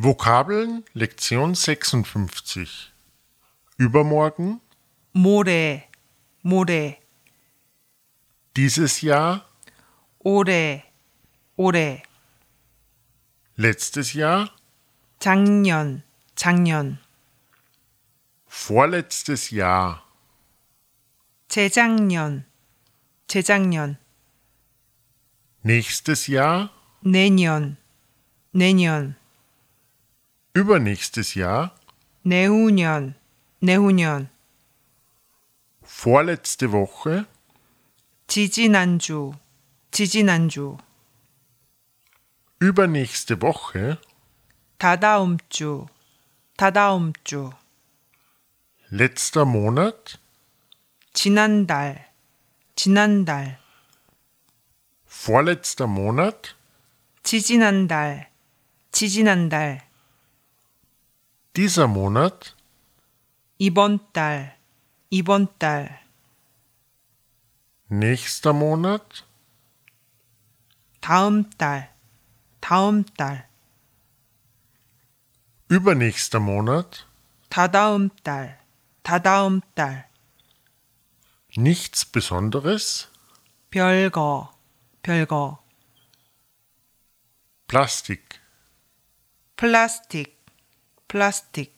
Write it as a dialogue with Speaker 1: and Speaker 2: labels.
Speaker 1: Vokabeln Lektion 56 Übermorgen,
Speaker 2: 모레, 모레,
Speaker 1: dieses Jahr,
Speaker 2: 올해, 올해,
Speaker 1: letztes Jahr,
Speaker 2: 작년, 작년,
Speaker 1: vorletztes Jahr,
Speaker 2: 재작년, 재작년,
Speaker 1: nächstes Jahr,
Speaker 2: 내년, 내년,
Speaker 1: übernächstes Jahr,
Speaker 2: 내후년, 내후년,
Speaker 1: vorletzte Woche,
Speaker 2: 지지난주, 지지난주,
Speaker 1: übernächste Woche,
Speaker 2: 다다음 주, 다다음 주,
Speaker 1: letzter Monat,
Speaker 2: 지난달, 지난달,
Speaker 1: vorletzter Monat,
Speaker 2: 지지난달, 지지난달,
Speaker 1: dieser Monat,
Speaker 2: 이번 달, 이번 달,
Speaker 1: nächster Monat,
Speaker 2: 다음 달, 다음 달,
Speaker 1: übernächster Monat,
Speaker 2: 다다음 달, 다다음 달,
Speaker 1: nichts Besonderes,
Speaker 2: 별거, 별거,
Speaker 1: Plastik.
Speaker 2: 플라스틱, 플라스틱,